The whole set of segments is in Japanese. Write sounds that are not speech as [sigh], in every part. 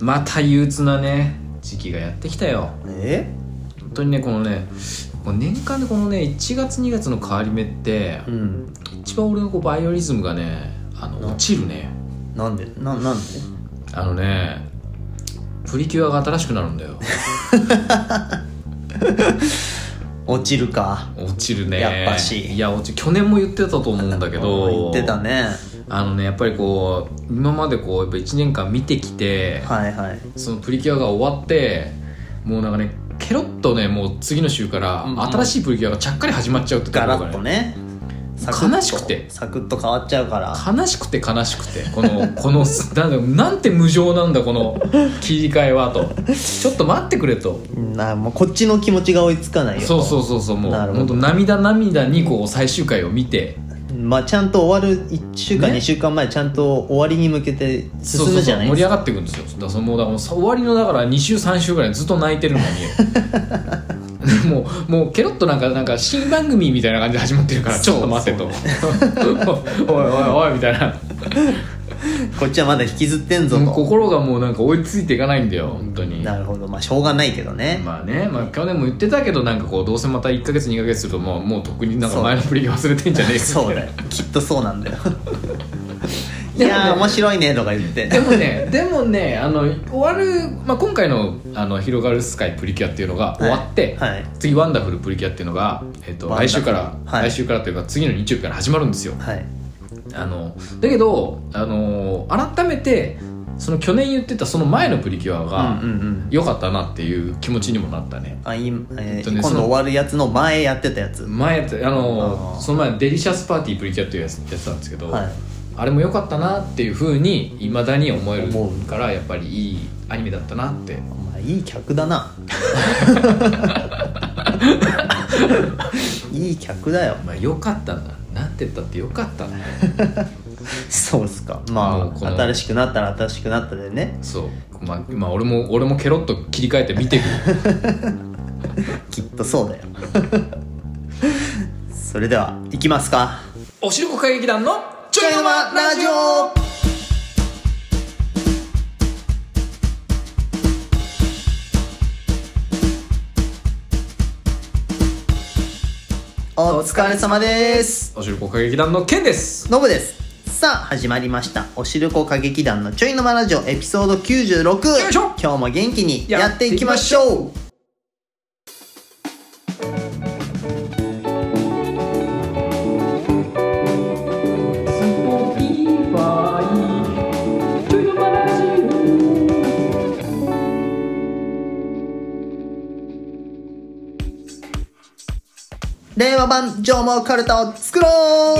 また憂鬱なね時期がやってきたよえ本当にねこのねもう年間でこのね1月2月の変わり目ってうん一番俺のこうバイオリズムがねあの落ちるねなんでななんであのねプリキュアが新しくなるんだよ落ちるか落ちるねやっぱしいや落ち去年も言ってたと思うんだけど言ってたねあのねやっぱりこう今までこうやっぱ1年間見てきてはいはいそのプリキュアが終わってもうなんかねケロッとねもう次の週からうんうん新しいプリキュアがちゃっかり始まっちゃうってとこガろラがッとねねサクッと悲しくてサクッと変わっちゃうから悲しくて悲しくてこのこの [laughs] なんだなんて無情なんだこの切り替えはとちょっと待ってくれとなもうこっちの気持ちが追いつかないよそうそうそうそうもうなるほど本当涙涙にこう最終回を見てまあちゃんと終わる1週間、ね2週間前ちゃんと終わりに向けて進むじゃなそうそうそう盛りいで上すかがっていくんですよだからそのもうだからもう終わりのだから2週3週ぐらいずっと泣いてるのにで [laughs] もうもうケロッとなんかなんか新番組みたいな感じで始まってるからちょっと待ってと、 [laughs] おいおいおいみたいなこっちはまだ引きずってんぞもうと心がもうなんか追いついていかないんだよ本当になるほどまあしょうがないけどね、まあね、まあ、去年も言ってたけどなんかこうどうせまた1か月2か月するともうもうとっくになんか前のプリキュア忘れてんじゃねえかみそたういなだよきっとそうなんだよいやー面白いねとか言っ [laughs] てでもね、でもね、あの終わる、まあ、今回のあの広がるスカイプリキュアっていうのが終わって、はいはい次ワンダフルプリキュアっていうのが、えっとワンダフル来週から、はい来週からというか次の日曜日から始まるんですよ。はいあのだけどあの改めてその去年言ってたその前のプリキュアがうんうんうん良かったなっていう気持ちにもなったね。あ今、えーえっとね今そ度の終わるやつの前やってたやつ、前ってあのあーその前デリシャスパーティープリキュアっていうやつやってたんですけど、はいあれも良かったなっていうふうにいまだに思える思うからやっぱりいいアニメだったなってお前いい客 [laughs] だないい客だよまあ良かったんだなんて言ったって良かったねそうっすかもうまこあの新しくなったら新しくなったでねそうまあ、まあ、俺も俺もケロッと切り替えて見てくるきっとそうだよそれでは行きますか [laughs] おしるこ歌劇団のちょちょいいののままララジジオオお疲れ様ですおしるこ歌劇団のケンですノブですさあ始まりましたおしるこ歌劇団のちょいのまラジオエピソード96いしょ今日も元気にやっていきましょう令和版縄文カルタを作ろう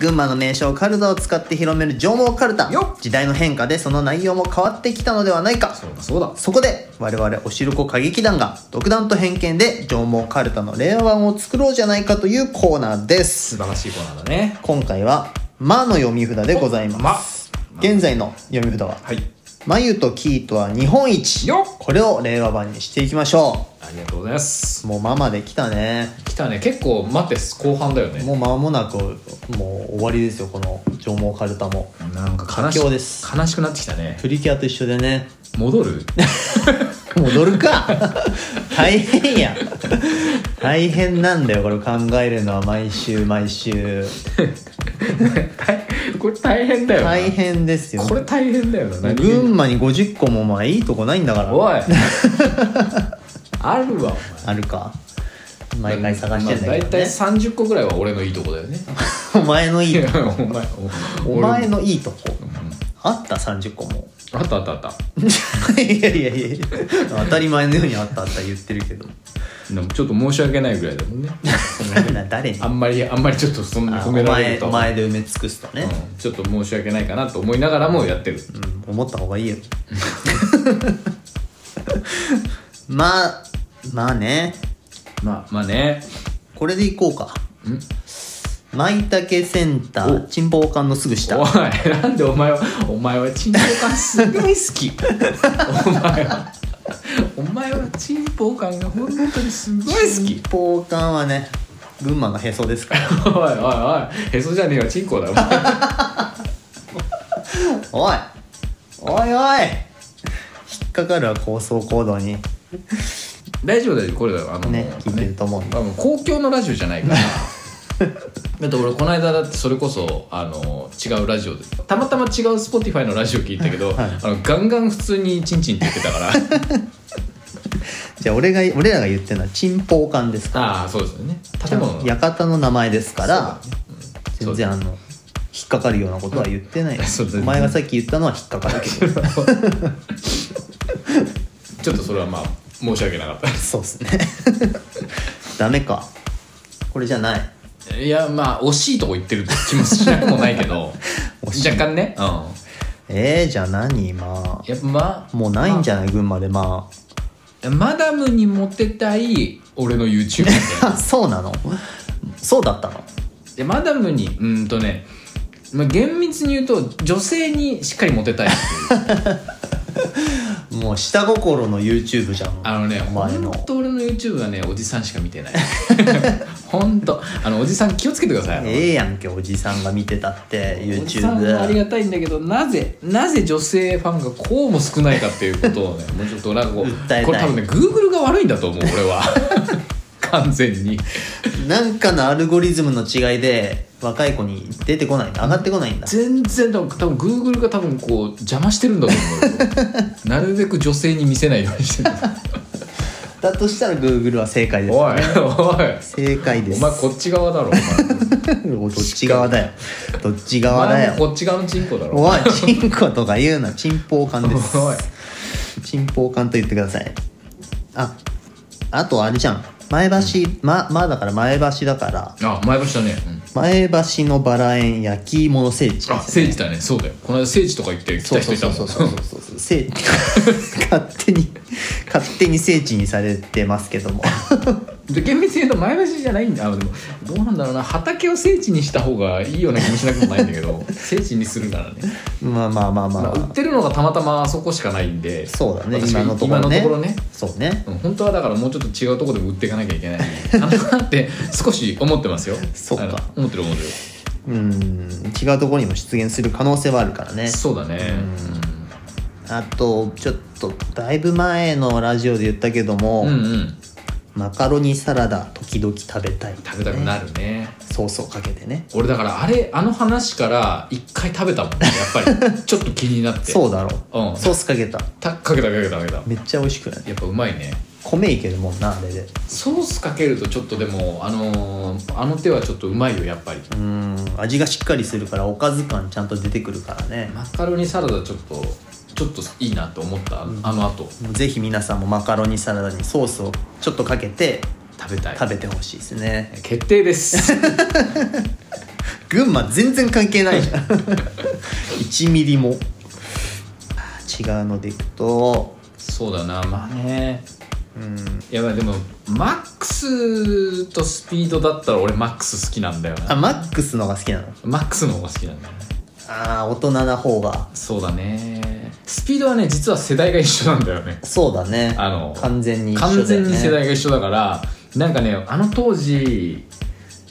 群馬の名称カルタを使って広める縄文カルタよっ時代の変化でその内容も変わってきたのではないかそうだそうだそこで我々おしるこ歌劇団が独断と偏見で縄文カルタの令和版を作ろうじゃないかというコーナーです素晴らしい子なんだね今回は「ま」の読み札でございます、ま現在の読み札ははい「まゆときいとは日本一よっ」これを令和版にしていきましょありがとうございますうもう「ま」まで来たね来たね結構待って後半だよね [laughs] もう間もなくもう終わりですよこの「縄文かるた」もなんか悲し佳境です悲しくなってきたねプリキュアと一緒でね戻る戻るか [laughs] 大変や大変なんだよこれ考えるのは毎週毎週 [laughs] これ大変だよな大変ですよこれ大変だよな何群馬に50個もまあいいとこないんだからおい [laughs] あるわあるかお前毎回探してんだけまあ大ど体ね、 30個ぐらいは俺のいいとこだよね [laughs] お前のいいいやとお前こお前のいいとこあった30個も [laughs] あったあったあったいやいやいや当たり前のようにあったあった言ってる [laughs] けどでもちょっと申し訳ないぐらいだもんね [laughs] な誰にあんまりあんまりちょっとそんなあ褒おめられる前とお前で埋め尽くすとね、うんちょっと申し訳ないかなと思いながらもやってるうん思った方がい [laughs] いよまあまあねまあまあねこれでいこうかまいたけセンター珍宝館のすぐ下おいなんでお前はお前はチンポ感すごい好きお前はお前はチンポ感が本当にすごい好き [laughs] 珍宝館はね群馬のへそですからおい [laughs] おいおいへそじゃねえよチンコだよお前おいおいおい引っかかるわ構想行動に大丈夫大丈夫これだよあのね聞いてると思うんであの公共のラジオじゃないから [laughs] だって俺この間だってそれこそあの違うラジオでたまたま違う Spotify のラジオ聞いたけど、あのガンガン普通に「チンチン」って言ってた [laughs] からじゃあ俺が俺らが言ってるのは珍宝館ですかああそうですよねら建物の館の名前ですから、そうだねうん全然あの引っかかるようなことは言ってない、そうだねお前がさっき言ったのは引っかかる [laughs] けどちょっとそれはまあ申し訳なかっそうっすね [laughs] ダメかこれじゃないたいやまあ惜しいとこ行ってる気もしなくもないけど [laughs] 惜しい若干ねうんえー、じゃあ何まやっぱまあもうないんじゃない群馬でまあマダムにモテたい俺の YouTube みたいな [laughs] あそうなのそうだったのでマダムにうーんとね、まあ、厳密に言うと女性にしっかりモテ [laughs] たいっていうもう下心の YouTube じゃんあのねお前のほんと俺の YouTube はねおじさんしか見てない [laughs] ほんとあのおじさん気をつけてください、ええやんけおじさんが見てたっておじさんはあり YouTube がたいんだけどなぜなぜ女性ファンがこうも少ないかっていうこと [laughs] をねもうちょっとなんかこ訴えたいうこれ多分ね Google が悪いんだと思う俺 [laughs] は完全になんかのアルゴリズムの違いで若い子に出てこないんだ上がってこないんだ全然多分多分 Google が多分こう邪魔してるんだと思 [laughs] うなるべく女性に見せないようにしてるだとしたら Google は正解ですおいおい正解でおす前こっち側だろお前 [laughs] どっち側だよどっち側だ前もよこっち側のチンコだろおいチンコとか言うなチンポウカンですおいチンポウカンと言ってくださいああとあれじゃん前橋、ままあだから前橋だからあ前橋だね、うん前橋のバラ園焼き芋の聖地あ聖地だねそうだよこの間聖地とか行って来そたうそ人ういたそうもんそうそうそうそう聖 [laughs] 勝手に勝手に聖地にされてますけども [laughs] で厳密に言うと前橋じゃないんだあでもどうなんだろうな畑を聖地にした方がいいような気もしなくもないんだけ [laughs] ど聖地にするならね、まあまあまあまあ、まあ、売ってるのがたまたまあそこしかないんでそうだね私今のところ今ねのところねそうねうん本当はだからもうちょっと違うところでも売っていかなきゃいけないかなって少し思ってますよそっかあの思ってる思ってるうん違うところにも出現する可能性はあるからねそうだねあとちょっとだいぶ前のラジオで言ったけども、うんうんマカロニサラダ時々食べたい、食べたくなるねソースをかけてね俺だからあれあの話から一回食べたもんねやっぱ [laughs] りちょっと気になってそうだろう、うんソースかけたたかけたかけたかけためっちゃ美味しくないやっぱうまいね米いけるもんなあれでソースかけるとちょっとでもあのーあの手はちょっとうまいよやっぱりうん味がしっかりするからおかず感ちゃんと出てくるからね、マカロニサラダちょっとちょっといいなと思った、あのあともうぜひ皆さんもマカロニサラダにソースをちょっとかけて食べたい食べてほしいですね決定です [laughs] 群馬全然関 [laughs] 係ないじゃん1ミリもあー違うのでいくとそうだなまあねうんいやまあでもマックスとスピードだったら俺マックス好きなんだよなあマックスのが好きなのマックスの方が好きなんだよねあー大人な方がそうだねスピードはね実は世代が一緒なんだよねそうだねあの完全に一緒だよね完全に世代が一緒だからなんかねあの当時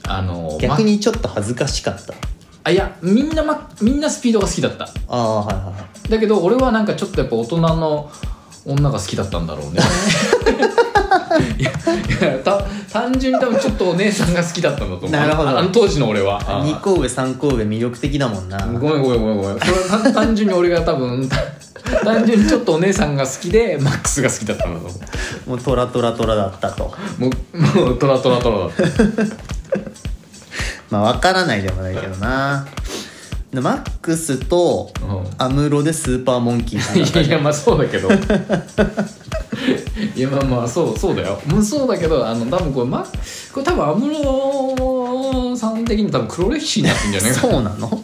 あの逆まにちょっと恥ずかしかったあいやみんな、ま、みんなスピードが好きだったああーはいはいはいだけど俺はなんかちょっとやっぱ大人の女が好きだったんだろう [laughs] ねいやいやた単純に多分ちょっとお姉さんが好きだったんだと思うなるほどあの当時の俺はあ2個上3個上魅力的だもんなごめんごめんごめんごめんそれは単単純に俺が多分た単純にちょっとお姉さんが好きでマックスが好きだったんだと思もうトラトラトラだったとうもうもうトラトラトラだったまあわからないでもないけどなでマックスとうんアムロでスーパーモンキーさんだったいやまあそうだけど [laughs] いやまあまあそうそうだよもうそうだけどあの多分これ,、ま、これ多分安室さん的に多分黒歴史になってんじゃないか [laughs] そなうなの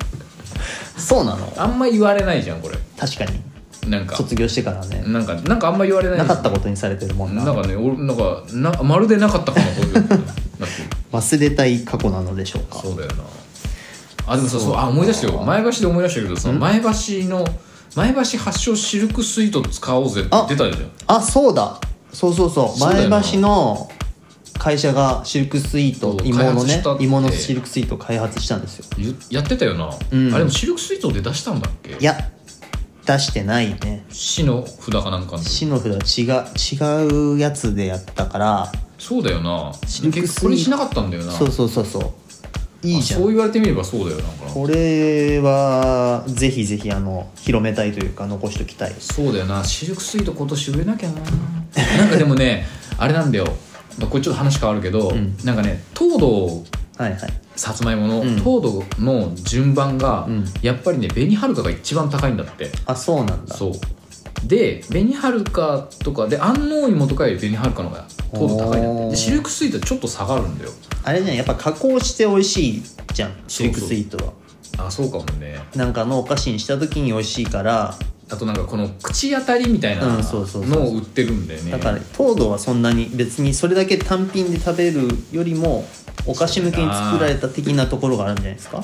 そうなのあんま言われないじゃんこれ確かになんか卒業してからねなんかなんかあんま言われないなかったことにされてるもんななんかね俺なんかなまるでなかったかなこういうなんか忘れたい過去なのでしょうかそうだよなあでもさそうあ思い出したよ前橋で思い出したけどさ前橋の前橋発祥シルクスイート使おうぜってあ出たじゃんあそうだそうそうそうそうだよな前橋の会社がシルクスイーそトう芋の開発しねたって芋のシルクスイートを開発したんですよゆやってたよな、んあれもシルクスイートで出したんだっけいや出してないね死の札かなんかの死の札違う違うやつでやったからそうだよなシルク結スイ構ーこれしなかったんだよなそうそうそうそういいじゃあそうん言われてみればそうだよなんかこれはぜひぜひあの広めたいというか残しておきたいそうだよなシルクスイート今年植えなきゃななんかでもね [laughs] あれなんだよこれちょっと話変わるけど、んなんかね糖度はいはいさつまいもの、うん糖度の順番が、うんやっぱりね紅はるかが一番高いんだってあそうなんだそうで紅はるかとかで安納芋とかより紅はるかの方が糖度高いんだっおてーでシルクスイートはちょっと下がるんだよあれじゃんやっぱ加工して美味しいじゃんシルクスイートはあそうかもねなんかのお菓子にした時に美味しいからあとなんかこの口当たりみたいなうんそうそうそうのを売ってるんだよね、だから糖度はそんなに別にそれだけ単品で食べるよりもお菓子向けに作られた的なところがあるんじゃないですか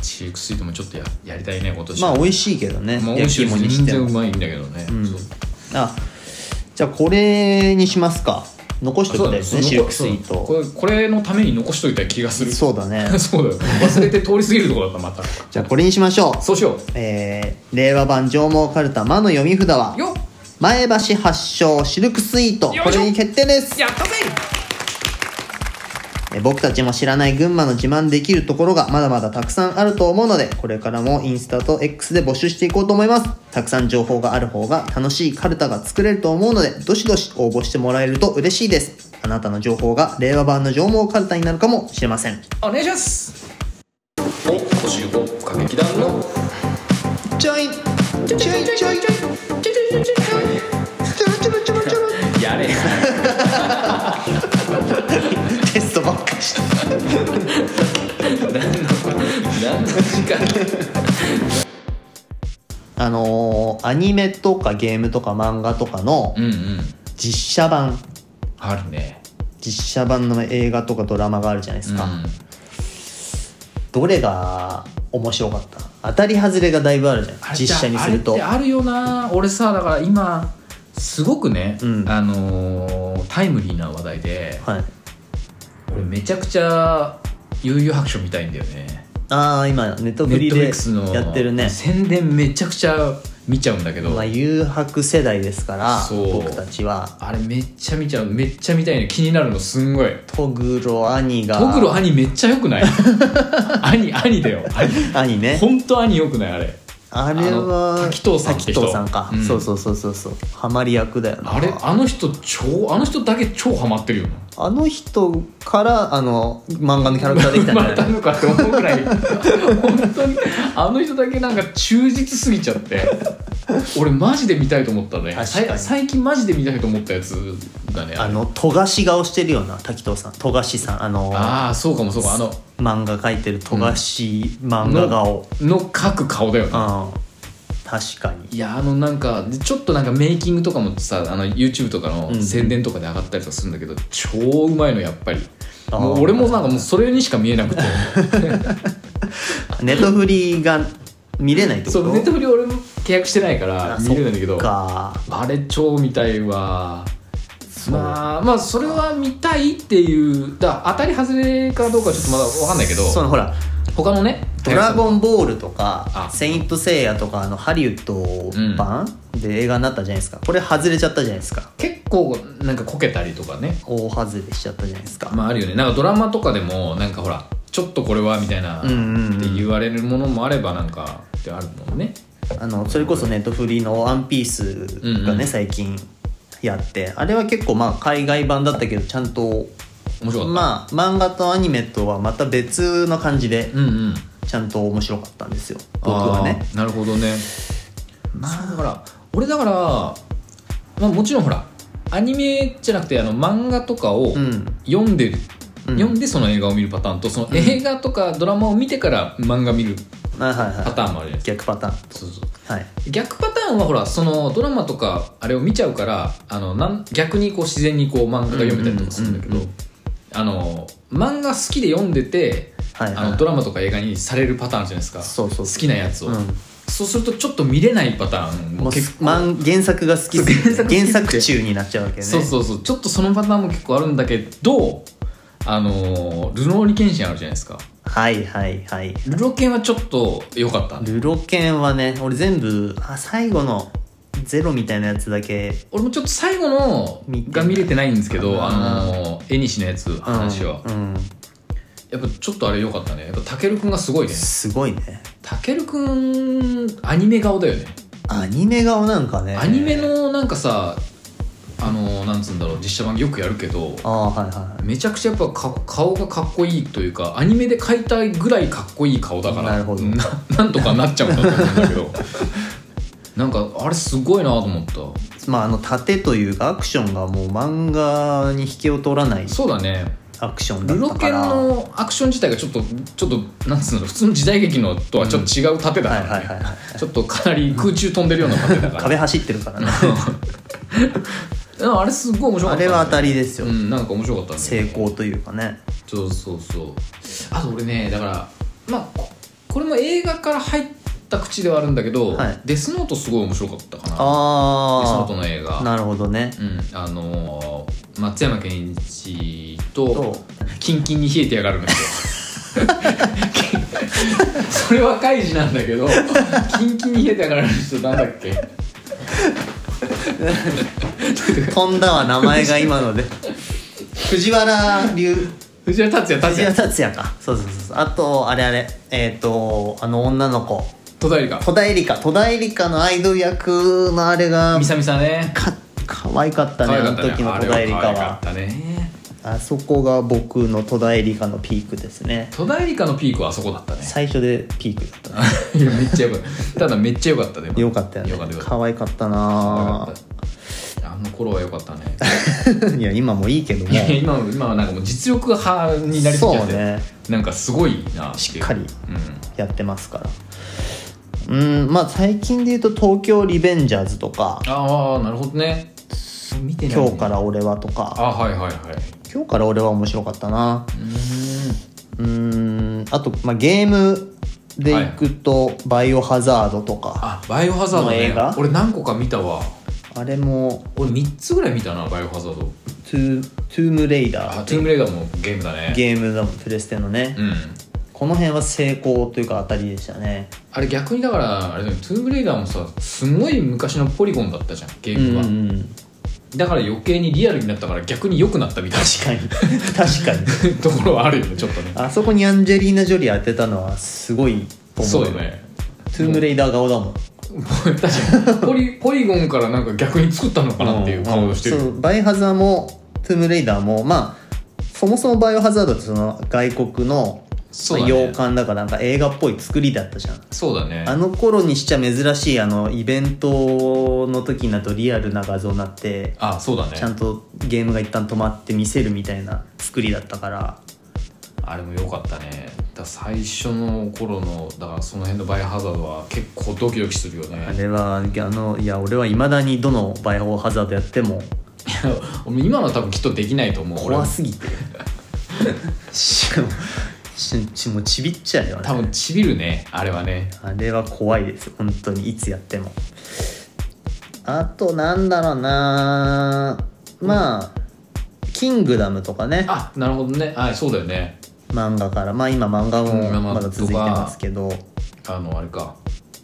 シルクスイートもちょっとややりたいね今年まあ美味しいけどねまあ美焼味しきい芋しにし全て然うもまいんだけどね、んそうあじゃあこれにしますか残しときたいですねシルクスイーそうこトれこれのために残しといた気がするそうだね [laughs] そうだよ忘れて通り過ぎるところだったまたじゃあこれにしましょうそうしよえー、令和版上毛かるた魔の読み札はうよっ前橋発祥シルクスイーよトいしょこれに決定ですやったぜえー僕たちも知らない群馬の自慢できるところがまだまだたくさんあると思うのでこれからもインスタと X で募集していこうと思いますたくさん情報がある方が楽しいカルタが作れると思うのでどしどし応募してもらえると嬉しいですあなたの情報が令和版の上毛カルタになるかもしれませんお願いしますお星5歌劇団のちょいちょいちょいちょいちょいちょろちょろちょろちょろやれ [laughs] テストばっかりして何の時間 [laughs] あのーアニメとかゲームとか漫画とかのうんうん実写版あるね実写版の映画とかドラマがあるじゃないですか、どれが面白かった当たり外れがだいぶあるじゃんあれ実写にするとあれってあるよな俺さだから今すごくね、うんあのータイムリーな話題ではい、俺めちゃくちゃ悠々白書見たいんだよねああ今ネットネフッリトフリックスでのやってるね宣伝めちゃくちゃ見ちゃうんだけど、まあ誘白世代ですからそう僕たちはあれめっちゃ見ちゃうめっちゃ見たいね気になるのすんごいトグロ兄がトグロ兄めっちゃよくない兄兄 [laughs] だよ兄兄ね本当兄よくないあれあれあはの滝藤さんって滝人藤さんか、うんそうそうそうそうそうハマり役だよなあれあの人超あの人だけ超ハマってるよなあの人からあの漫画のキャラクターできたんじゃなま [laughs] いたのかって思うぐらい本当にあの人だけなんか忠実すぎちゃって俺マジで見たいと思ったね確かにさい最近マジで見たいと思ったやつだねあの富樫顔してるような滝藤さん富樫さんあのああそうかもそうかあの漫画描いてる富樫漫画顔、の描く顔だようねん確かにいやあのなんかでちょっとなんかメイキングとかもさあの YouTube とかうのん宣伝とかで上がったりとかするんだけど、超うまいのやっぱりあーもう俺もなんかもうそれにしか見えなく [laughs] てネットフリが見れないってこそとうネットフリ俺も契約してないから見れないんだけどかあれ超見たいわうまあまあそれは見たいっていうだ当たり外れかどうかはちょっとまだ分かんないけどそのほら他のね「ドラゴンボール」とかあ「セイント・セイヤ」とかあのハリウッド版で映画になったじゃないですかこれ外れちゃったじゃないですか結構なんかこけたりとかね大外れしちゃったじゃないですか、まああるよねなんかドラマとかでもなんかほらちょっとこれはみたいなっうんうんうんて言われるものもあればなんかってあるもんねあのそれこそネットフリーの「ワンピースがね、うんうん最近やってあれは結構まあ海外版だったけどちゃんと面白かった、まあ漫画とアニメとはまた別の感じでうんうんちゃんと面白かったんですよ僕はねあーなるほどねまあだから俺だから、まあ、もちろんほらアニメじゃなくてあの漫画とかをうん読んでる、うん読んでその映画を見るパターンとその映画とかドラマを見てから漫画見るあはいはいパターンもあるじゃない逆パターンそうそうはい逆パターンはほらそのドラマとかあれを見ちゃうからあのなん逆にこう自然にこう漫画が読めたりとかするんだけどうんうんあの漫画好きで読んでてはいはいあのドラマとか映画にされるパターンあるじゃないですかそうそう好きなやつを、うんそうするとちょっと見れないパターンももう結構漫原作が好きすぎそうて原作好きっ原て作中になっちゃうわけねそうそうそうちょっとそのパターンも結構あるんだけどあのルノーリケンシンあるじゃないですかはいはいはいルロケンはちょっと良かったルロケンはね俺全部あ最後のゼロみたいなやつだけ俺もちょっと最後の見てないが見れてないんですけうんどあの絵西のやつ話は、うん、うんやっぱちょっとあれ良かったねやっぱたけるくんがすごいねすごいねたけるくんアニメ顔だよねアニメ顔なんかねアニメのなんかさあのなんつうんだろう実写版よくやるけどああはいはいめちゃくちゃやっぱか顔がかっこいいというかアニメで描いたいぐらいかっこいい顔だからなるほどななんとかなっちゃうんだと思うんだけど [laughs] なんかあれすごいなと思ったまああの盾というかアクションがもう漫画に引けを取らないそうだねアクションだルっロたケかンらのアクション自体がちょっとちょっとなんつうの普通の時代劇のとはちょっと違う盾だはいかはらいはいねはいちょっとかなり空中飛んでるような盾 [laughs] だから壁走ってるからね [laughs] うんあれすごい面白かあった、れは当たりですよ、うんなんか面白かったね成功というかねそうそうそうあと俺ねだからまあここれも映画から入った口ではあるんだけど、はいデスノートすごい面白かったかなデスノーあトの映あ画なるほどねうんあのー松山ケンイチととキンキンに冷えてやがるのよ [laughs] それは怪事なんだけどキンキンに冷えてやがる人なんだっけ飛んだわ名前が [laughs] 今ので藤原竜藤原竜也竜藤原也竜也かそうそうそうそうあとあれあれえっ、とあの女の子戸田恵梨香戸田恵梨香戸田恵梨香のアイドル役のあれがみさみさねか可愛かったねあの時のあ戸れ田恵梨は可香愛かはったねあそこが僕の戸田恵梨香のピークですね戸田恵梨香のピークはあそこだった [laughs] ね最初でピークだったねいやめっちゃよかったただめっちゃよかったねよかったよねよかったよかっ可愛かったたなあの頃はよかったね [laughs] ぁ [laughs] いや今もいいけどもいや今は今はなんかもう実力派になりすぎちゃそっうて、ねなんかすごいなっていうしっかりうんやってますからうんまあ最近で言うと「東京リベンジャーズ」とかああなるほどね見「てない今日から俺は」とかあはいはいはい「今日から俺は」面白かったなうーんうんあと、まあ、ゲームでいくと「バイオハザード」とか、あバイオハザード、ね、の映画俺何個か見たわあれも俺3つぐらい見たなバイオハザード「トゥトゥームレイダー」あっトてゥームレイダーもゲームだねゲームだもんプレステのね、うんこの辺は成功というか当たりでしたねあれ逆にだからあれだよトゥームレイダーもさすごい昔のポリゴンだったじゃんゲうーんムは、うんだから余計にリアルになったから逆に良くなったみたい確かに確かに [laughs] なところはあるよねちょっとねあそこにアンジェリーナ・ジョリー当てたのはすごいと思そううだねトゥームレイダー顔だもんもう確かにポリポリゴンからなんか逆に作ったのかなっていう顔をしてる、うんそうバイオハザーもトゥームレイダーもまあそもそもバイオハザードってその外国のそうまだあね洋館だからなんか映画っぽい作りだったじゃんそうだねあの頃にしちゃ珍しいあのイベントの時になるとリアルな画像になってあそうだちゃねんとゲームが一旦止まって見せるみたいな作りだったからあれも良かったねだから最初の頃のだからその辺のバイオハザードは結構ドキドキするよねあれはあのいや俺はいまだにどのバイオハザードやってもいや俺今のは多分きっとできないと思う俺怖すぎてしかもしちもうちびっちゃうよね多分ちびるねあれはねあれは怖いです本当にいつやってもあとなんだろうなまあ「キングダム」とかねあなるほどねはいそうだよね漫画からまあ今漫画うんもまあまだ続いてますけどあのあれか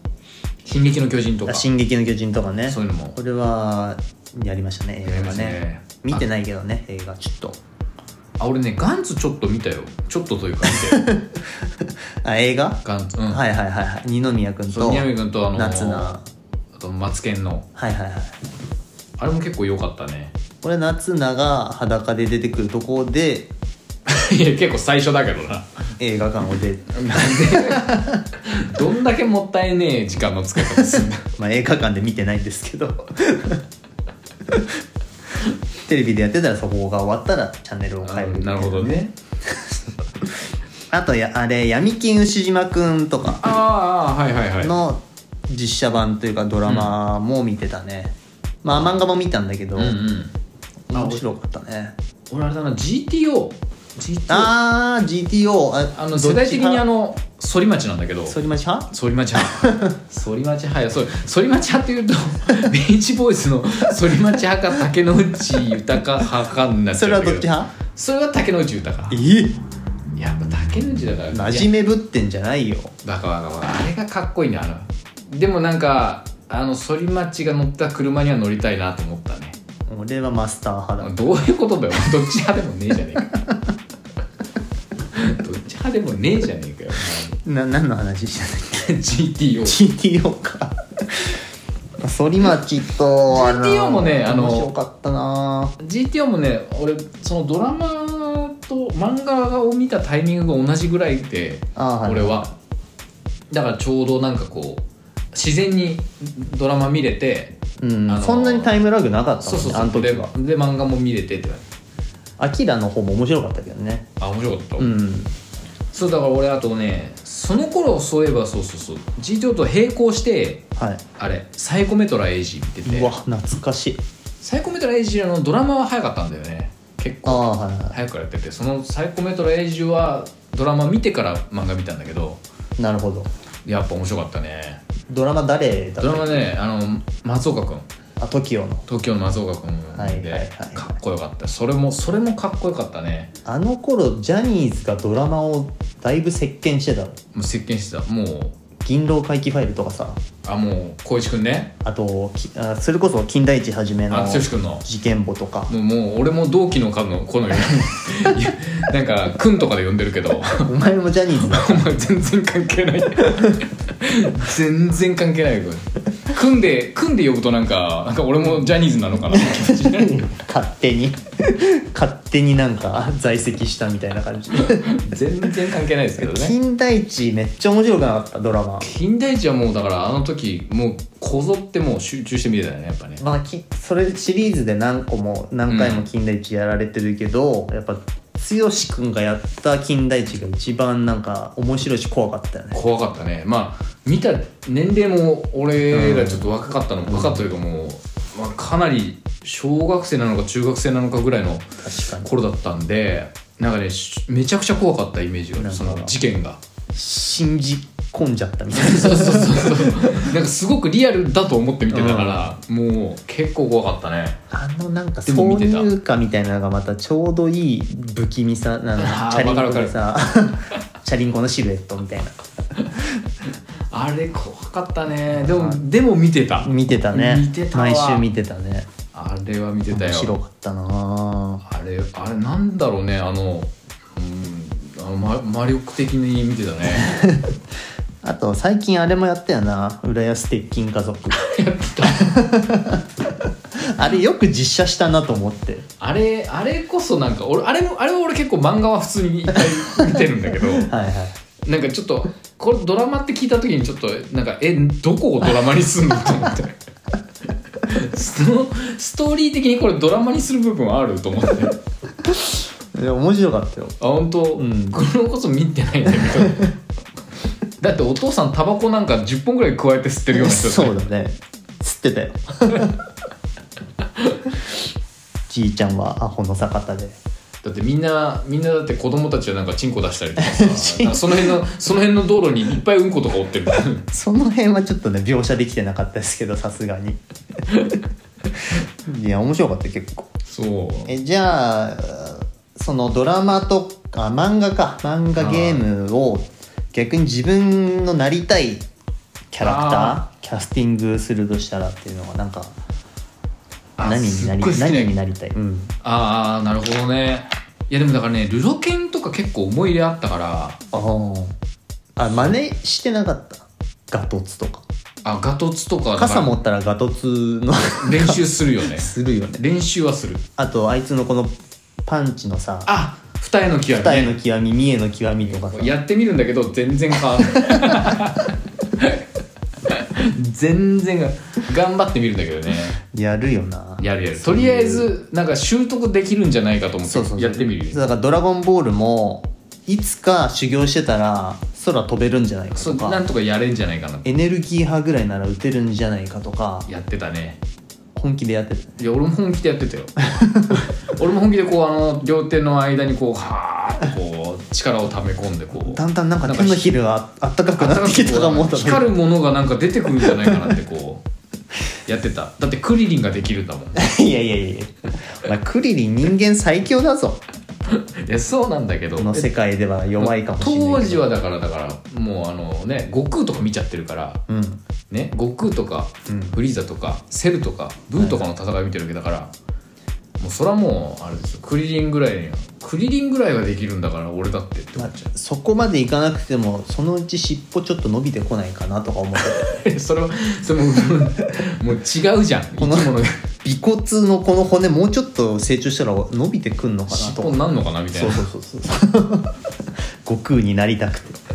「進撃の巨人」と「あか進撃の巨人」とかねそういうのもこれはやりましたね映画ねやりましたね見てないけどね映画ちょっとあ俺ねガンツちょっと見たよちょっとというか [laughs] 見てあ映画ガンツうんはいはいはいはい二宮君そうと宮部君とあの夏菜あとマツケンのはいはいはいあれも結構良かったね [laughs] これ夏菜が裸で出てくるとこでいや結構最初だけど [laughs] な映画館を [laughs] 出るなんでどんだけもったいねえ時間の使い方すんだまあ映画館で見てないんですけど [laughs] テレビでやってたらそこが終わったらチャンネル [laughs] を変えるみたいなるほどねあとやあれ闇金牛島くんとかあーあーはいはいはいの実写版というかドラマも見てたね、まあ漫画も見たんだけど、うんうん面白かったね俺あれだな GTO, GTO ああー GTO あの世代的にあのの反町なんだけど反町派反町派反町派やそ反町派っていうとビーチボーイズの反町派か竹野内豊派かになっちそれゃはうんだけどっどち派それは竹野内豊えやっぱ竹内だからなじいめぶってんじゃないよやだからだからあれがかっこいいねあのでもなんかあの反町が乗った車には乗りたいなと思ったね俺はマスター派だどういうことだよどっち派でもねえじゃねえかどっち派でもねえじゃねえかよな何の話してたっ GTO け GTO か反町と GTO もねあの面白かったな GTO もね俺そのドラマと漫画を見たタイミングが同じぐらいであーはい俺はだからちょうどなんかこう自然にドラマ見れてうんあのそんなにタイムラグなかったそうもんそうねそあのう時ででは漫画も見れてってアキラの方も面白かったけどねあ面白かった、うんそうだから俺あとねその頃そういえばそうそうそう GTO と並行してはいあれサイコメトラエイジ見ててうわ懐かしいサイコメトラエイジのドラマは早かったんだよね結あ構あはいは早くからやっててそのサイコメトラエイジはドラマ見てから漫画見たんだけどいなるほどやっぱ面白かったねドラマ誰だドラマっねあの松岡君たあ TOKIO の東京の松岡君で、はいはいはいかっこよかったそれもそれもかっこよかったねあの頃ジャニーズがドラマをだいぶ席巻してたのもう席巻してたもう銀狼回帰ファイルとかさあもう光一君ねあときあそれこそ金田一はじめのあ剛事君の件簿とかもうもう俺も同期の数の好みいや [laughs] なんか「君」とかで呼んでるけどお前もジャニーズ [laughs] だお前全然関係ない全然関係ないよこれ組んで組んで呼ぶとなんかなんか俺もジャニーズなのかなって気持ちになる勝手に勝手になんか在籍したみたいな感じ全然関係ないですけどね金田一めっちゃ面白くなかったドラマ金田一はもうだからあの時もうこぞってもう集中して見てたよねやっぱねまあきそれシリーズで何個も何回うもん金田一やられてるけど、やっぱ剛くんがやった金田一が一番なんか面白いし怖かったよね怖かったねまあ見た年齢も俺らちょっと若かったのも若かったというかもう、まあ、かなり小学生なのか中学生なのかぐらいの確かに頃だったんでなんかねしめちゃくちゃ怖かったイメージがあるなるそほどの事件が。信じ込んじゃったみたいなそうそうそうそうなんかすごくリアルだと思って見てたから、もう結構怖かったね [laughs] あのなんかでも見挿てた入歌みたいなのがまたちょうどいい不気味さ [laughs] なのあーチャリンわコかるでさ [laughs] チャリンコのシルエットみたいなあれ怖かったねでもでも見てた見てたね見てたわ毎週見てたねあれは見てた面白よかったなあれあれなんだろうねあのうんあの、ま、魔力的に見てた [laughs] ねあと最近あれもやったよな浦安鉄筋家族やってた [laughs] あれよく実写したなと思ってあれあれこそなんか俺あれもあれは俺結構漫画は普通に一回見てるんだけどはいはいなんかちょっとこれドラマって聞いた時にちょっとなんかえどこをドラマにするのと思ってそのストーリー的にこれドラマにする部分あると思ってあいや面白かったよ本当、んこれこそ見てないんだ [laughs] けどだってお父さんタバコなんか10本ぐらい加えて吸ってるような人そうだね吸ってたよ [laughs] じいちゃんはアホの坂田でだってみんなみんなだって子供たちはなんかチンコ出したりとか [laughs] さなんかその辺のその辺の道路にいっぱいうんことか追ってるその辺はちょっとね描写できてなかったですけどさすが [laughs] にいや面白かったよ結構そうえじゃあそのドラマとか漫画か漫画ゲームを逆に自分のなりたいキャラクタあーキャスティングするとしたらっていうのはなんかあ何になすっりごい好きな何になりたい、うん、ああなるほどねいやでもだからねルロケンとか結構思い入れあったからあーあ真似してなかったガトツとかあガトツとかだから傘持ったらガトツ [laughs] の練習するよ [laughs] ねするよね練習はするあとあいつのこのパンチのさあ二重の極み二重のね極み三重の極みとかさやってみるんだけど全然変わん [laughs] ない全然が頑張ってみるんだけどねやるよなやるやるとりあえずなんか習得できるんじゃないかと思ってやってみるよそうだから「ドラゴンボール」もいつか修行してたら空飛べるんじゃないかそうとなかんとかやれんじゃないかなエネルギー派ぐらいなら打てるんじゃないかとかやってたね本気でやってたいや俺も本気でや [laughs] ってたよ俺も本気でこうあの両手の間にこうはーってこう力をため込んでこうだんだんなんか手のひらがあったかくなってきたかもと [laughs] 光るものがなんか出てくるんじゃないかなってこうやってただ [laughs] ってクリリンができるんだもんいやいやいやいやお前クリリン人間最強だぞいやそうなんだけどこの世界では弱いかもしれない当け時どはだからだからもうあのね悟空とか見ちゃってるからうんね悟空とか、うんフリーザとかセルとかブーとかの戦い見てるわけだから、もうそれはもうあれですよクリリンぐらいにはクリリンぐらいはできるんだから俺だってって思っちゃう、そこまでいかなくてもそのうち尻尾ちょっと伸びてこないかなとか思って [laughs] それはそれもう [laughs] もう違うじゃん生きこの物が尾骨のこの骨もうちょっと成長したら伸びてくんのかな尻と尾になんのかなみたいそうなそうそうそう [laughs] 悟空になりたくて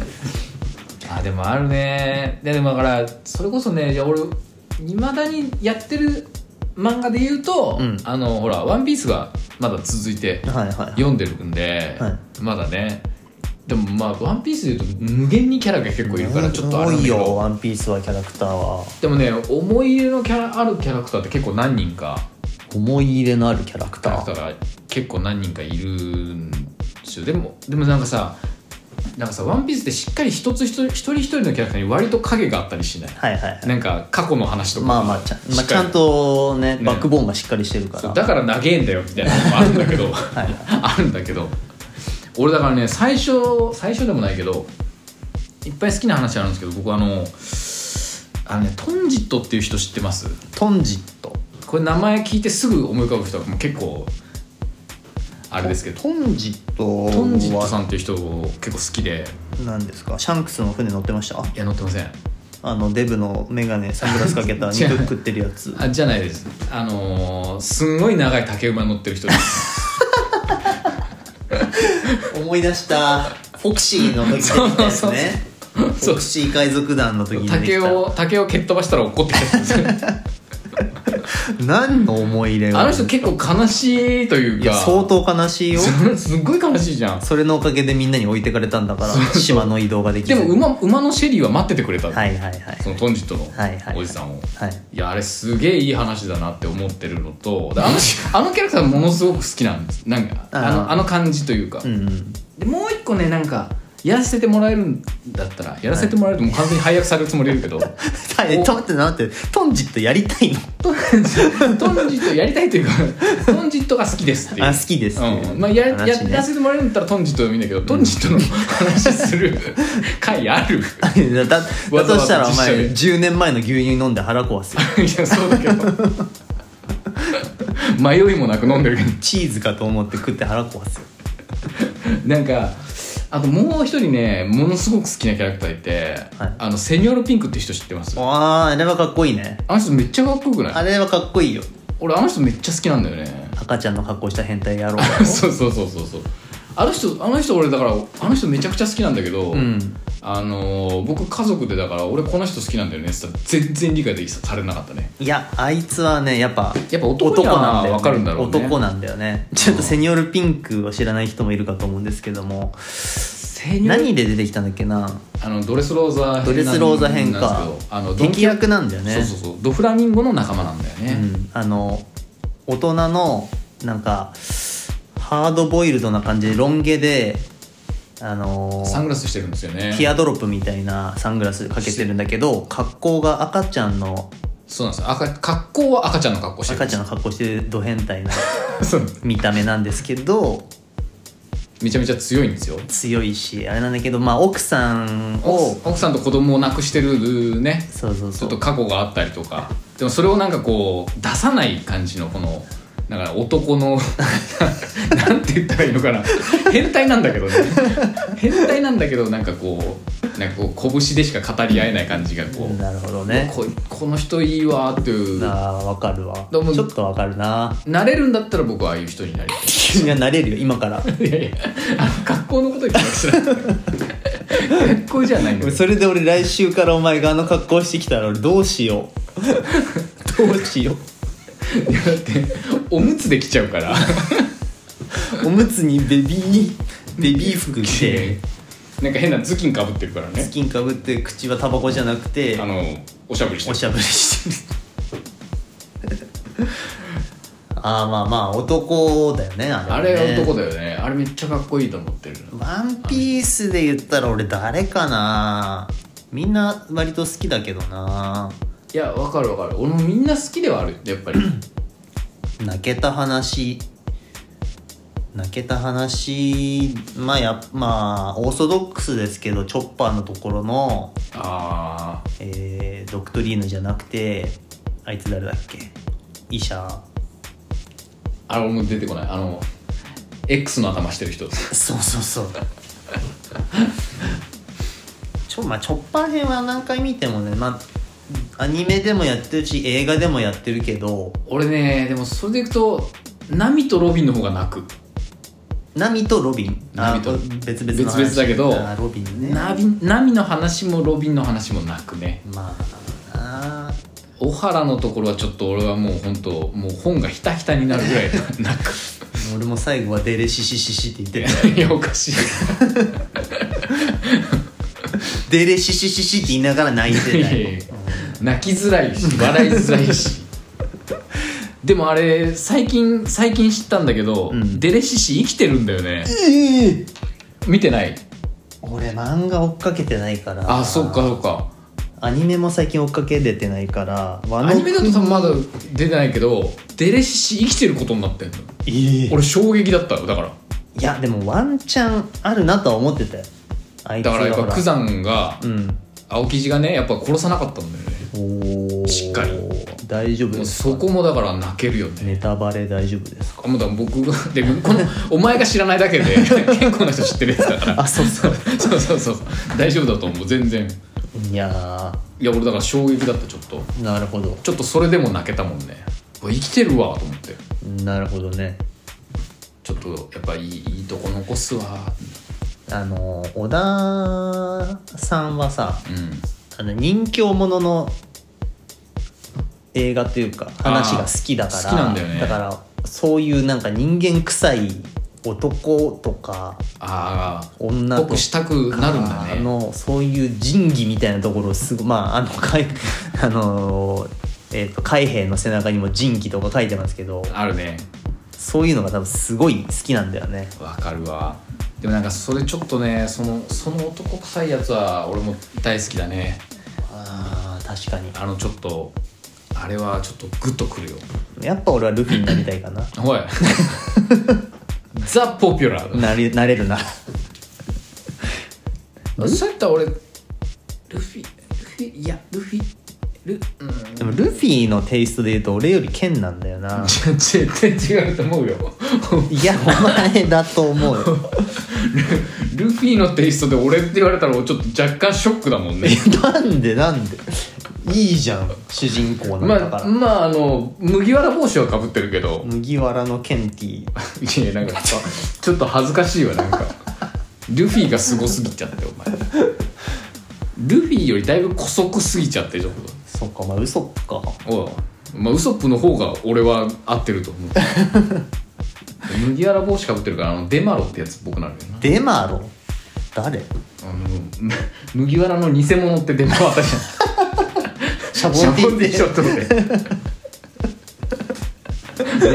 あでもあるねででもだからそれこそねいや俺いまだにやってる漫画で言うと、うんあのほら「ワンピースがまだ続いてはいはい読んでるんで、はまだねでもまあ「ワンピースで言うと無限にキャラが結構いるからちょっとあ多るんだいけよどワンピースはキャラクターはでもね思い入れのキャラあるキャラクターって結構何人か思い入れのあるキャラクキタャラクターーが結構何人かいるんですよでもでもなんかさなんかさ「ワンピースってしっかり一つ一人一人一人のキャラクターに割と影があったりしないはいはいはいなんか過去の話とかまあまあちゃ,、しっまあ、かりちゃんとねねバックボーンがしっかりしてるから、そうだから長えんだよみたいなのもあるんだけどい [laughs] はいあるんだけど俺だからね最初最初でもないけどいっぱい好きな話あるんですけど僕あのあのねトンジットっていう人知ってますトンジットこれ名前聞いてすぐ思い浮かぶ人はもう結構あれですけどトンジットはトンジットさんっていう人を結構好きでなんですかシャンクスの船乗ってましたいや乗ってませんあのデブの眼鏡サングラスかけ [laughs] た違う肉食ってるやつあじゃないですあのーすんごい長い竹馬乗ってる人です [laughs] 思い出したフォクシーの時にそう出てきたやつそうそうねフそォうクシー海賊団の時に出て竹きたを竹を蹴っ飛ばしたら怒ってきたんです [laughs] よ何の思い入れがあの人結構悲しいというかいや相当悲しいよそ [laughs] すっごい悲しいじゃんそれのおかげでみんなに置いてかれたんだから島の移動ができでるも馬馬のシェリーは待っててくれたの、はいはいはいそのトンジットのはいはいはいおじさんを、いはいやあれすげえいい話だなって思ってるのとであのしあのキャラクターものすごく好きなんですなんかあーあのあの感じというか、うんうんでもう一個ねなんかやらせてもらえるんだったらやらせてもらえるともう完全に配役されるつもりだけ [laughs] どえちょっと待ってなってトンジットやりたいのトンジットやりたいというかトンジットが好きですっていうあ好きですねうんまあ、やや話ねやらせてもらえるんだったらトンジットでもいいんだけど、トンジットの話す [laughs] る回ある [laughs] いだだだわざわざとしたらお前実10年前の牛乳飲んで腹壊すよやそうだけど迷いもなく飲んでるけどチーズかと思って食って腹壊すよなんかあともう一人ねものすごく好きなキャラクターいて、はいあのセニョールピンクって人知ってますあーあれはかっこいいねあの人めっちゃかっこよくなあいれはかっこいいよ俺あの人めっちゃ好きなんだよね赤ちゃんの格好した変態野郎だ [laughs] そうそうそうそうそうあの人あの人俺だからあの人めちゃくちゃ好きなんだけど、うんあのー僕家族でだから俺この人好きなんだよねって言ったら全然理解できされなかったねいやあいつはねやっぱやっぱ男にはなんだよ、わかるんだろうね男なんだよねちょっとセニョールピンクを知らない人もいるかと思うんですけどもセニョール何で出てきたんだっけなあのドレスローザ編なんドレスローザ編なかんですけどあのドン敵役なんだよねそうそうそうドフラミンゴの仲間なんだよね、うん、あの大人のなんかハードボイルドな感じでロン毛であのサングラスしてるんですよねティアドロップみたいなサングラスかけてるんだけど格好が赤ちゃんのそうなんですよ赤格好は赤ちゃんの格好してる赤ちゃんの格好してるド変態なそう見た目なんですけど [laughs] めちゃめちゃ強いんですよ強いしあれなんだけどまあ奥さんを奥さんと子供を亡くしてるねそうそうちそょっとう過去があったりとかでもそれをなんかこう出さない感じのこのなんか男の [laughs] なんて言ったらいいのかな変態なんだけどね変態なんだけどなんかこうなんかこう拳でしか語り合えない感じがこうなるほどねここの人いいわっていうあーわかるわちどうもょっとわかるななれるんだったら僕はああいう人になりた君はなれるよ今からいいやいやあの学校のこと言ってます学校じゃないんだけどそれで俺来週からお前があの格好してきたら俺どうしよ [laughs] うどうしよういやだっておむつできちゃうからおむつにベビーベビー服 [laughs] 着てなんか変な頭巾かぶってるからねスキンかぶって口はタバコじゃなくてあのおしゃぶりしておるしゃぶりしてる [laughs] ああまあまあ男だよねああれ,、ね、れ男だよねあれめっちゃかっこいいと思ってるワンピースで言ったら俺誰かなみんな割と好きだけどないやわかるわかる俺もみんな好きではあるやっぱり泣けた話泣けた話まあやまあオーソドックスですけどチョッパーのところの、あえードクトリーヌじゃなくてあいつ誰だっけ医者ああれ俺も出てこないあの X の頭してる人そうそうそう [laughs] ちょまあチョッパー編は何回見てもねまあアニメでもやってるし映画でもやってるけど俺ねでもそれでいくとナミとロビンの方が泣くナミとロビンあナミとこれ別々の話別々だけどあーロビンねナビナミの話もロビンの話も泣くねまあなあ小原のところはちょっと俺はもう本当もう本がひたひたになるぐらい泣 [laughs] く俺も最後はデレシシシシって言ってるいやおかしいデレシシシシって言いながら泣いていなやいいや泣きづらい [laughs] し笑いづらいしでもあれ最近最近知ったんだけど、うんデレシシ生きてるんだよねええ見てない俺漫画追っかけてないからあそっかそっかアニメも最近追っかけ出てないからワアニメだと多分まだ出てないけどデレシシ生きてることになってんのええ俺衝撃だったよだからいやでもワンチャンあるなとは思ってたよあいつだがからやっほぱら九山がうん青生地がねやっぱ殺さなかったんだよねおーしっかり大丈夫もうですそこもだから泣けるよねネタバレ大丈夫ですかあもうだから僕が [laughs] でこのお前が知らないだけで結構な人知ってるやつだからあそうそうそうそうそうそう大丈夫だと思う全然いやいや俺だから衝撃だったちょっとーなるほどちょっとそれでも泣けたもんねうわ生きてるわと思ってなるほどねちょっとやっぱいいいいとこ残すわあの小田さんはさうんあの人形ものの映画というか話が好きだから好きなんだよねからそういうなんか人間臭い男とかああ女と僕したくなるんだあねのそういう仁義みたいなところをすごまああのかいあのえーと海兵の背中にも仁義とか書いてますけどあるねそういうのが多分すごい好きなんだよねわかるわでもなんかそれちょっとねそのその男臭いやつは俺も大好きだねあー確かにあのちょっとあれはちょっとグッとくるよやっぱ俺はルフィになりたいかなおい [laughs] ザ・ポピュラーだなれなれるなそうやったら俺ルフィルフィいやルフィルうんでもルフィのテイストで言うと俺より剣なんだよな絶対違うと思うよ [laughs] いやお前だと思うよルルフィのテイストで俺って言われたら俺ちょっと若干ショックだもんねなんでなんでいいじゃん主人公なんまだかあら、まああの麦わら帽子はかぶってるけど麦わらのケンティーいやなんかさちょっと恥ずかしいわなんかルフィがすごすぎちゃってお前ルフィよりだいぶ古速すぎちゃってちょっそっかまあ嘘かとおうまあウソップの方が俺は合ってると思う [laughs] 麦わら帽子かぶってるからあのデマロってやつ僕なるよなデマロ誰あのむ麦わらの偽物って出回ったじシャゃんシャボボンンデディィショットで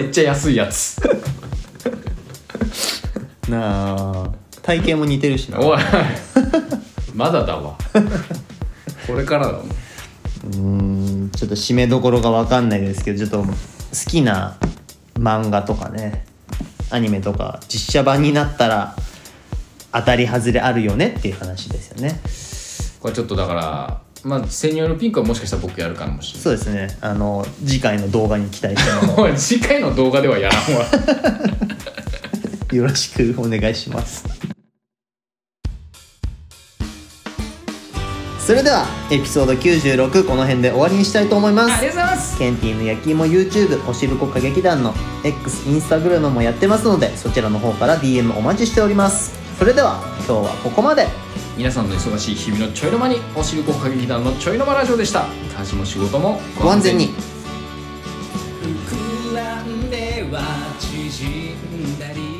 めっちゃ安いやつなあ体型も似てるしなおいまだだわこれからだもんうーんちょっと締めどころが分かんないですけどちょっと好きな漫画とかねアニメとか実写版になったら当たり外れあるよねっていう話ですよねこれちょっとだからまあセニオのピンクはもしかしたら僕やるかもしれそうですねあの次回の動画に期待してまないおい次回の動画ではやらんわすよろしくお願いしますそれではエピソード96この辺で終わりにしたいと思いますありがとうございますケンティーの焼き芋 YouTube おしるこ歌劇団の X インスタグラムもやってますのでそちらの方から DM お待ちしておりますそれでは今日はここまで皆さんの忙しい日々のちょいの間におしるこ歌劇団のちょいの間ラジオでした家事も仕事もご安全に膨らんでは縮んだり